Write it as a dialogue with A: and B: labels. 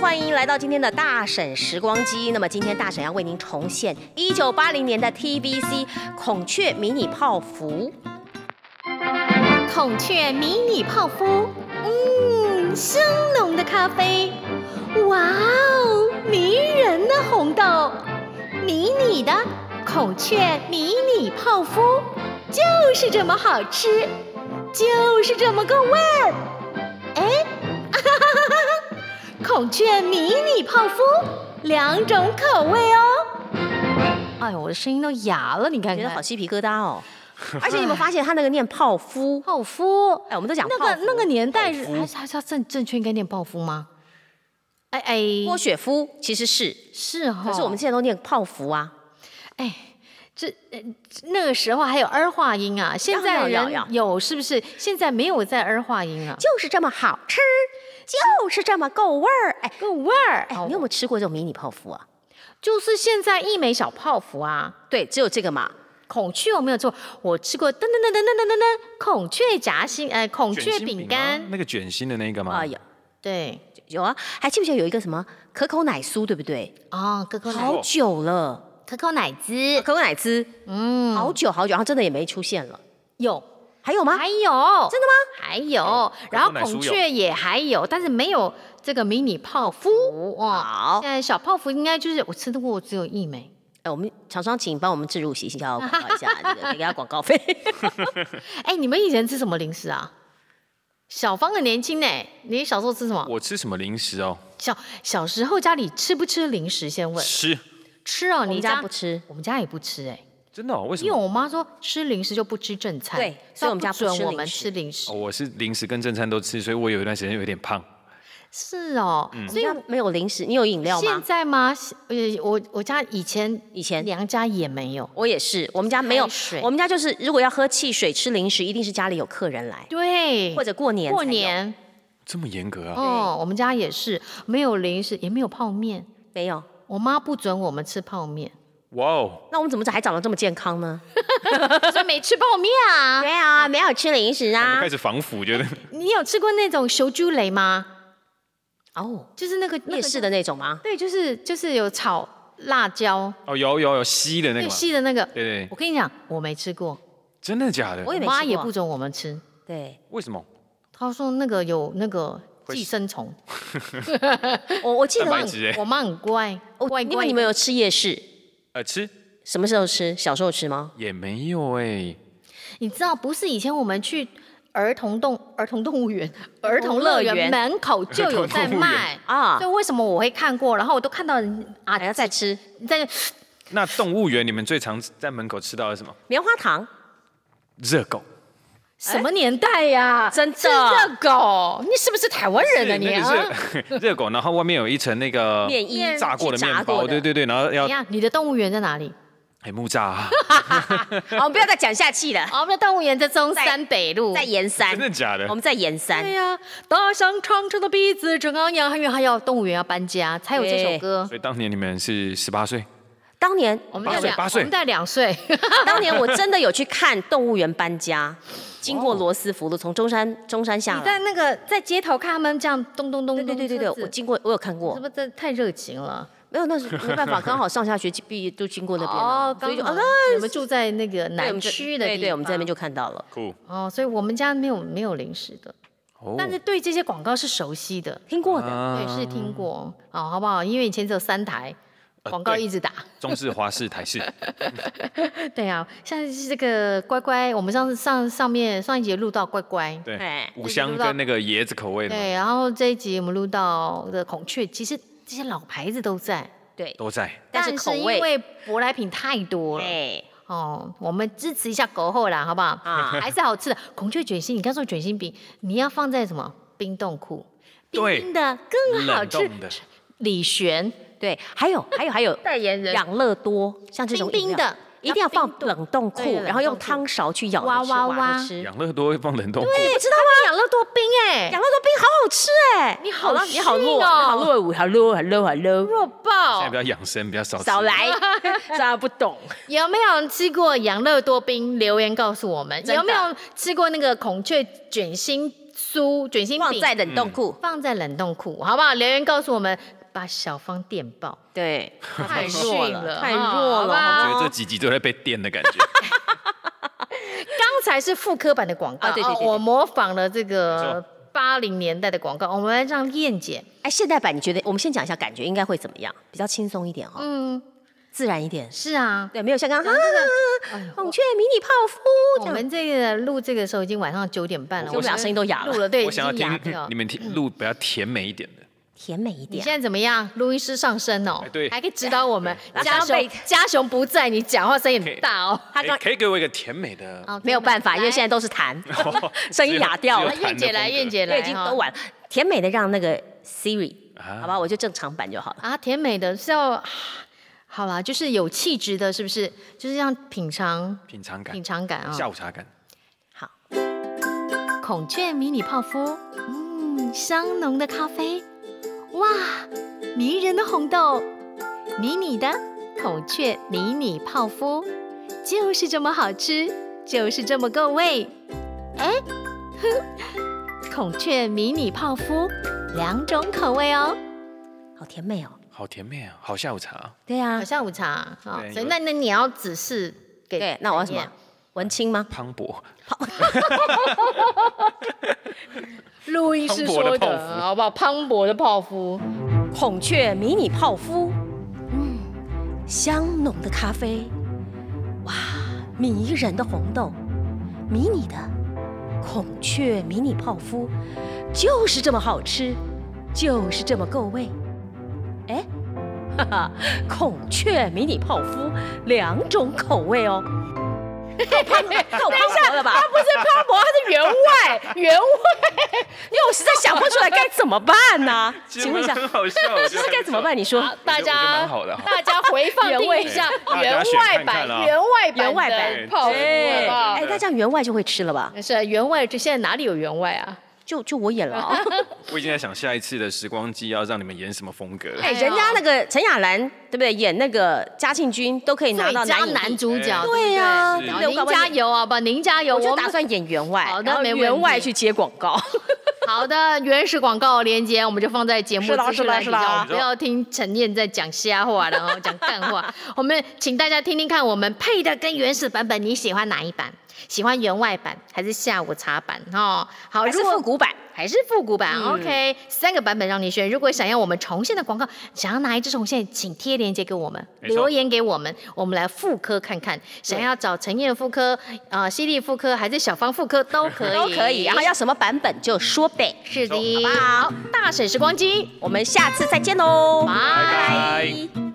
A: 欢迎来到今天的大婶时光机。那么今天大婶要为您重现一九八零年的 TVC 孔雀迷你泡芙。
B: 孔雀迷你泡芙，嗯，生浓的咖啡，哇哦，迷人的红豆，迷你的孔雀迷你泡芙，就是这么好吃，就是这么够味儿。哎， 啊哈哈哈哈！孔雀迷你泡芙，两种口味哦。哎呦，我的声音都哑了，你看
A: 觉得
B: 看，
A: 好鸡皮疙瘩 哦。而且你有没有发现他那个念泡芙？
B: 泡芙。
A: 哎，我们都讲
B: 那
A: 泡
B: 个
A: 芙
B: 那个年代是
C: 泡芙
B: 还是还是要正正确应该念泡芙吗？哎哎，
A: 郭雪芙其实是，
B: 是哈、
A: 可是我们现在都念泡芙啊。
B: 哎。这呃那个时候还有儿化音啊，现在
A: 要要
B: 人
A: 要
B: 有是不是？现在没有在儿化音了，啊
A: 就是这么好吃，就是这么够味儿。哎
B: 个味儿。
A: 哎，你有没有吃过这种迷你泡芙啊？
B: 哦就是现在一枚小泡芙啊，
A: 对，只有这个嘛。
B: 孔雀我没有做，我吃过噔噔噔噔噔噔噔噔孔雀夹心，哎、孔
C: 卷
B: 雀
C: 心
B: 饼
C: 吗
B: 干，
C: 那个卷心的那个吗？
A: 啊有
B: 对
A: 有啊，还记不记得有一个什么可口奶酥，对不对？
B: 哦，可口奶
A: 好久了，
B: 可口奶汁，
A: 呃可口奶汁
B: 嗯，
A: 好久好久，然后真的也没出现了。
B: 有
A: 还有吗？
B: 还有，
A: 真的吗？
B: 还
A: 哦
B: 有，然后孔雀也还有，但是没有这个迷你泡芙哦。
A: 好
B: 现，在小泡芙应该就是我吃过只有一枚。
A: 哎，我们厂商请帮我们置入行销广告一下，这个给他广告费。
B: 哎，你们以前吃什么零食啊？小芳很年轻呢，你小时候吃什么？
C: 我吃什么零食哦？
B: 小小时候家里吃不吃零食？先问。
C: 吃，
B: 吃哦，
A: 我
B: 你
A: 们家不嗯吃，
B: 我们家也不吃哎，
C: 真的、哦？为什
B: 因为
C: 么？
B: 我妈说吃零食就不吃正餐，
A: 对所以我们家不
B: 她不准
A: 吃
B: 我
A: 零
B: 们
A: 食
B: 吃零食
C: 哦。我是零食跟正餐都吃，所以我有一段时间有点胖。
B: 是哦，所以
A: 人家嗯没有零食，你有饮料
B: 现
A: 吗？
B: 在吗？呃，我我家以前
A: 以前
B: 娘家也没有。
A: 我也是，我们家没有
B: 开水，
A: 我们家就是如果要喝汽水、吃零食，一定是家里有客人来，
B: 对，
A: 或者过年才有。
B: 过年，
C: 这么严格啊？
B: 哦，我们家也是没有零食，也没有泡面。
A: 没有，
B: 我妈不准我们吃泡面，
C: 哇哦！
A: 那我们怎么还长得这么健康呢？
B: 所以没吃泡面啊。
A: 没有啊，没有吃零食
C: 我
A: 啊
C: 开。始防腐，觉得
B: 你有吃过那种熟猪雷吗？
A: 哦，
B: 就是那个那
A: 夜
B: 个
A: 市
B: 叫，
A: 的那种吗？
B: 对，就是就是有炒辣椒，
C: 哦，有有有吸的那
B: 对，
C: 个嘛，
B: 细的那个。
C: 对对
B: 我跟你讲，我没吃过，
C: 真的假的
A: 我？也没
B: 我
A: 吃过
B: 妈也不准我们吃。
A: 对，
C: 为什么？
B: 她说那个有那个
C: 会
B: 寄生虫，
A: 我我记得
C: 蛋白质哎，
B: 我妈很乖，
A: 我
B: 乖
A: 因为
B: 乖。
A: 哦你们有吃夜市，
C: 呃，吃
A: 什么时候吃？小时候吃吗？
C: 也没有哎，
B: 你知道，不是以前我们去儿童动儿童动物园、儿童乐
A: 儿童乐
B: 园
A: 园
B: 门口就有在卖
A: 啊
B: 所以为什么我会看过？然后我都看到人啊，
A: 还要再吃
B: 在
C: 那动物园你们最常在门口吃到的是什么？
A: 棉花 糖，
C: 热狗，
B: 什么年代呀、
A: 真的
B: 吃热狗？你是不是台湾人啊
C: 是
B: 你
C: 那
B: 啊？
C: 个热 热狗，然后外面有一层那个
A: 面衣
C: 炸过的
A: 炸过
C: 面包，
A: 的
C: 对对对，然后要
B: 怎样？你的动物园在哪里？
C: 哎木栅啊，
A: 好，我哦们不要再讲下去了，
B: 哦，我们的动物园在中山北路。
A: 在盐山
C: 真，的假的
A: 哎我？们在盐山
B: 对。呀、大象长长的鼻子正昂扬，因为还要动物园要搬家，才有这首歌。
C: 所以当年你们是十八岁，
A: 当年
B: 我们在
C: 八岁
B: 两，
C: 八
B: 我
C: 岁
B: 们在两岁。
A: 当年我真的有去看动物园搬 家，经过罗斯福路，从中山中山下
B: 你
A: 来。
B: 在那个在街头看他们这样咚咚咚
A: 对
B: 咚
A: 对对对
B: 车
A: 对，
B: 子
A: 我经过，我有看过
B: 是，不是真的太热情了？
A: 没有那是没办法，刚好上下学期毕业都经过那边啊
B: 哦，
A: 所
B: 刚
A: 以就
B: 好
A: 啊，
B: 你们住在那个
A: 对我
B: 南
A: 们在
B: 区的
A: 对
B: 地方，
A: 对，我们在那边就看到了。
C: 酷
B: 哦，所以我们家没有没有零食的，
C: 哦
B: 但是对这些广告是熟悉的，
A: 听过的，
C: 啊
B: 对，是听过哦，好不好？因为以前只有三台。
C: 呃
B: 广告
C: 对
B: 一直打，
C: 中式、华 式、台式，
B: 对啊，像是这个乖乖，我们上次上上面上一节录到乖乖，
A: 哎
C: 对，五香跟那个椰子口味的嘛
A: 啊
B: 对，然后这一集我们录到的孔雀，其实这些老牌子都在，
A: 对，
C: 都在。
A: 但是
B: 但
A: 口
B: 是因
A: 味
B: 为舶来品太多了，
A: 哎
B: 哦，我们支持一下狗后啦，好不好？
A: 啊
B: 还是好吃的孔雀卷心。你刚说卷心饼，你要放在什么冰冻库？冰
C: 对
B: 冰的更好
C: 冷
B: 吃
C: 冻的。
B: 李璇
A: 对，还有还有还 有
B: 代言人
A: 养乐多，像这种饮
B: 冰冰
A: 料
B: 的
A: 一定要放冷冻
B: 对
A: 库，
B: 冷
A: 然后用
B: 冻库
A: 汤勺去咬着
B: 哇
A: 吃，
B: 哇
A: 挖着
B: 哇
A: 吃。
C: 养乐多会放冷冻库，
B: 你知道吗？养乐多冰哎、
A: 养乐多冰好好吃哎，
B: 你好
A: 了你好
B: 逊
A: 弱，你
B: 哦
A: 好弱，好弱，好弱，好弱，
B: 弱爆
C: 现在比！较养生，比较少吃
A: 哦少 来，大家不懂。
B: 有没有人吃过养乐多冰？留言告诉我们，
A: 真的
B: 有没有吃过那个孔雀卷心酥、卷心
A: 放
B: 饼？
A: 在冷冻库，
B: 放在冷冻库，好不好？留言告诉我们，把小芳电爆，
A: 对，他太弱
B: 逊
A: 了，
B: 了，
A: 太
B: 啊
A: 弱
B: 好
A: 了。
B: 吧
C: 觉得这几集都在被电的感 觉。
B: 刚才是复刻版的广告，哦
A: 啊对对对对
B: 我模仿了这
C: 没
B: 个
C: 错
B: 八零年代的广告，我们来让燕姐，
A: 哎，现代版你觉得？我们先讲一下感觉应该会怎么样？比较轻松一点哈、哦，
B: 嗯，
A: 自然一点。
B: 是啊，
A: 对，没有像刚刚、
B: 哎
A: 啊、
B: 呦
A: 孔雀迷你泡芙这
B: 我
A: 样，
B: 们这个录这个时候已经晚上九点半了，
A: 我们俩声音都哑
B: 录
A: 了，
B: 了，对，
C: 我想要
B: 已经哑
C: 听
B: 掉
C: 你。们听录比较甜美一点的，
A: 甜美一
B: 你
A: 点
B: 现。在怎么样？录音师上身哦
C: 哎，对
B: 还可以指导我们。
A: 对
B: 家
A: 我想要
B: 雄，家雄不在，你讲话声音
C: 可以
B: 很大哦。
A: 他刚
C: 哎可以给我一个甜美的。
B: 好
A: 哦没有办法，因为现在
B: 在
A: 都是 痰， 声音哑掉了
C: 只有，
B: 燕姐来，燕姐
A: 因为
B: 来，
A: 已经
B: 哈
A: 都晚了。甜美的让那个 Siri，
C: 啊
A: 好吧，我就正常版就好了。
B: 啊，甜美的是要，好啦，就是有气质的，是不是？就是让品尝
C: 品尝感
B: 品，尝感
A: 哦
B: 啊、
C: 下午茶感。
A: 好，
B: 孔雀迷你泡芙，
D: 嗯，香浓的咖啡，哇，迷人的红豆，
B: 迷你的孔雀迷你泡芙，
D: 就是这么好吃，就是这么够味。哎
B: 孔雀迷你泡芙，
D: 两种口味哦。
A: 好甜美哦。
C: 好甜美啊，好下午茶啊。
A: 对啊
B: 好，下午茶啊、哦
C: 对
B: 所以
C: 有
B: 那那你要指示给
A: 对，那我要什
B: 给
A: 么？文青吗？
C: 磅 礴，
B: 录音师说
C: 磅礴的泡芙
B: 好不好？磅礴的泡 芙，
A: 孔雀迷你泡芙，嗯，香浓的咖啡，哇，迷人的红豆，迷你的孔雀迷你泡芙，就是这么好吃，就是这么够味。哎，哈哈，孔雀迷你泡芙两种口味 哦。够磅礴了吧？
B: 不是磅礴，它是员外，员外。
A: 因为我实在想不出来该怎么办呢、请 问一下，
C: 很好笑，
A: 这是该怎么办？你说。
B: 啊大
C: 我觉得
B: 家
C: 蛮好的哈
B: 大家回放
A: 原
B: 听
A: 味
B: 一下
C: 对
B: 原
C: 大家选
B: 外
C: 看看
B: 版
C: 啦
B: 原外版
A: 原外
B: 的
A: 版
B: 泡芙，好
A: 对，
B: 不好
A: 哎，那这样员外就会吃了吧？
B: 没事，员外这现在哪里有员外啊？
A: 就就我演 了
B: 哎
A: 啊、
C: 我已经在想下一次的时光机要让你们演什么风格了。
A: 哎，人家那个陈雅兰，对不对？演那个嘉庆君都可以拿到
B: 最佳
A: 影帝
B: 男主角，
C: 哎
A: 对呀
B: 不
C: 是
B: 对好您加油啊！不，您加油，
A: 我就
B: 我
A: 打
B: 们
A: 算演员外，
B: 好的
A: 然后
B: 没问题哦
A: 员外去接广告。
B: 好的原始广告连接，我们就放在节目
A: 是啦
B: 资讯栏
A: 是
B: 底
A: 啦
B: 下，
A: 是啦
B: 我们不要听陈燕在讲瞎话了哦，讲干 话。我们请大家听听看，我们配的跟原始版本，你喜欢哪一版？喜欢原外版还是下午茶版？哦，好，
A: 还是
B: 如果
A: 复古版，
B: 还是复古版、o k 三个版本让你选。如果想要我们重现的广告，想要哪一支重现，请贴链接给我们，
C: 没错
B: 留言给我们，我们来复刻看看。想要找陈燕复刻、啊、犀利复刻还是小芳复刻都可以，
A: 都可以。然哎后要什么版本就说呗。
B: 是的，
C: 没
B: 好，大婶时光机，
A: 我们下次再见喽，
B: 拜
C: 拜拜
A: 拜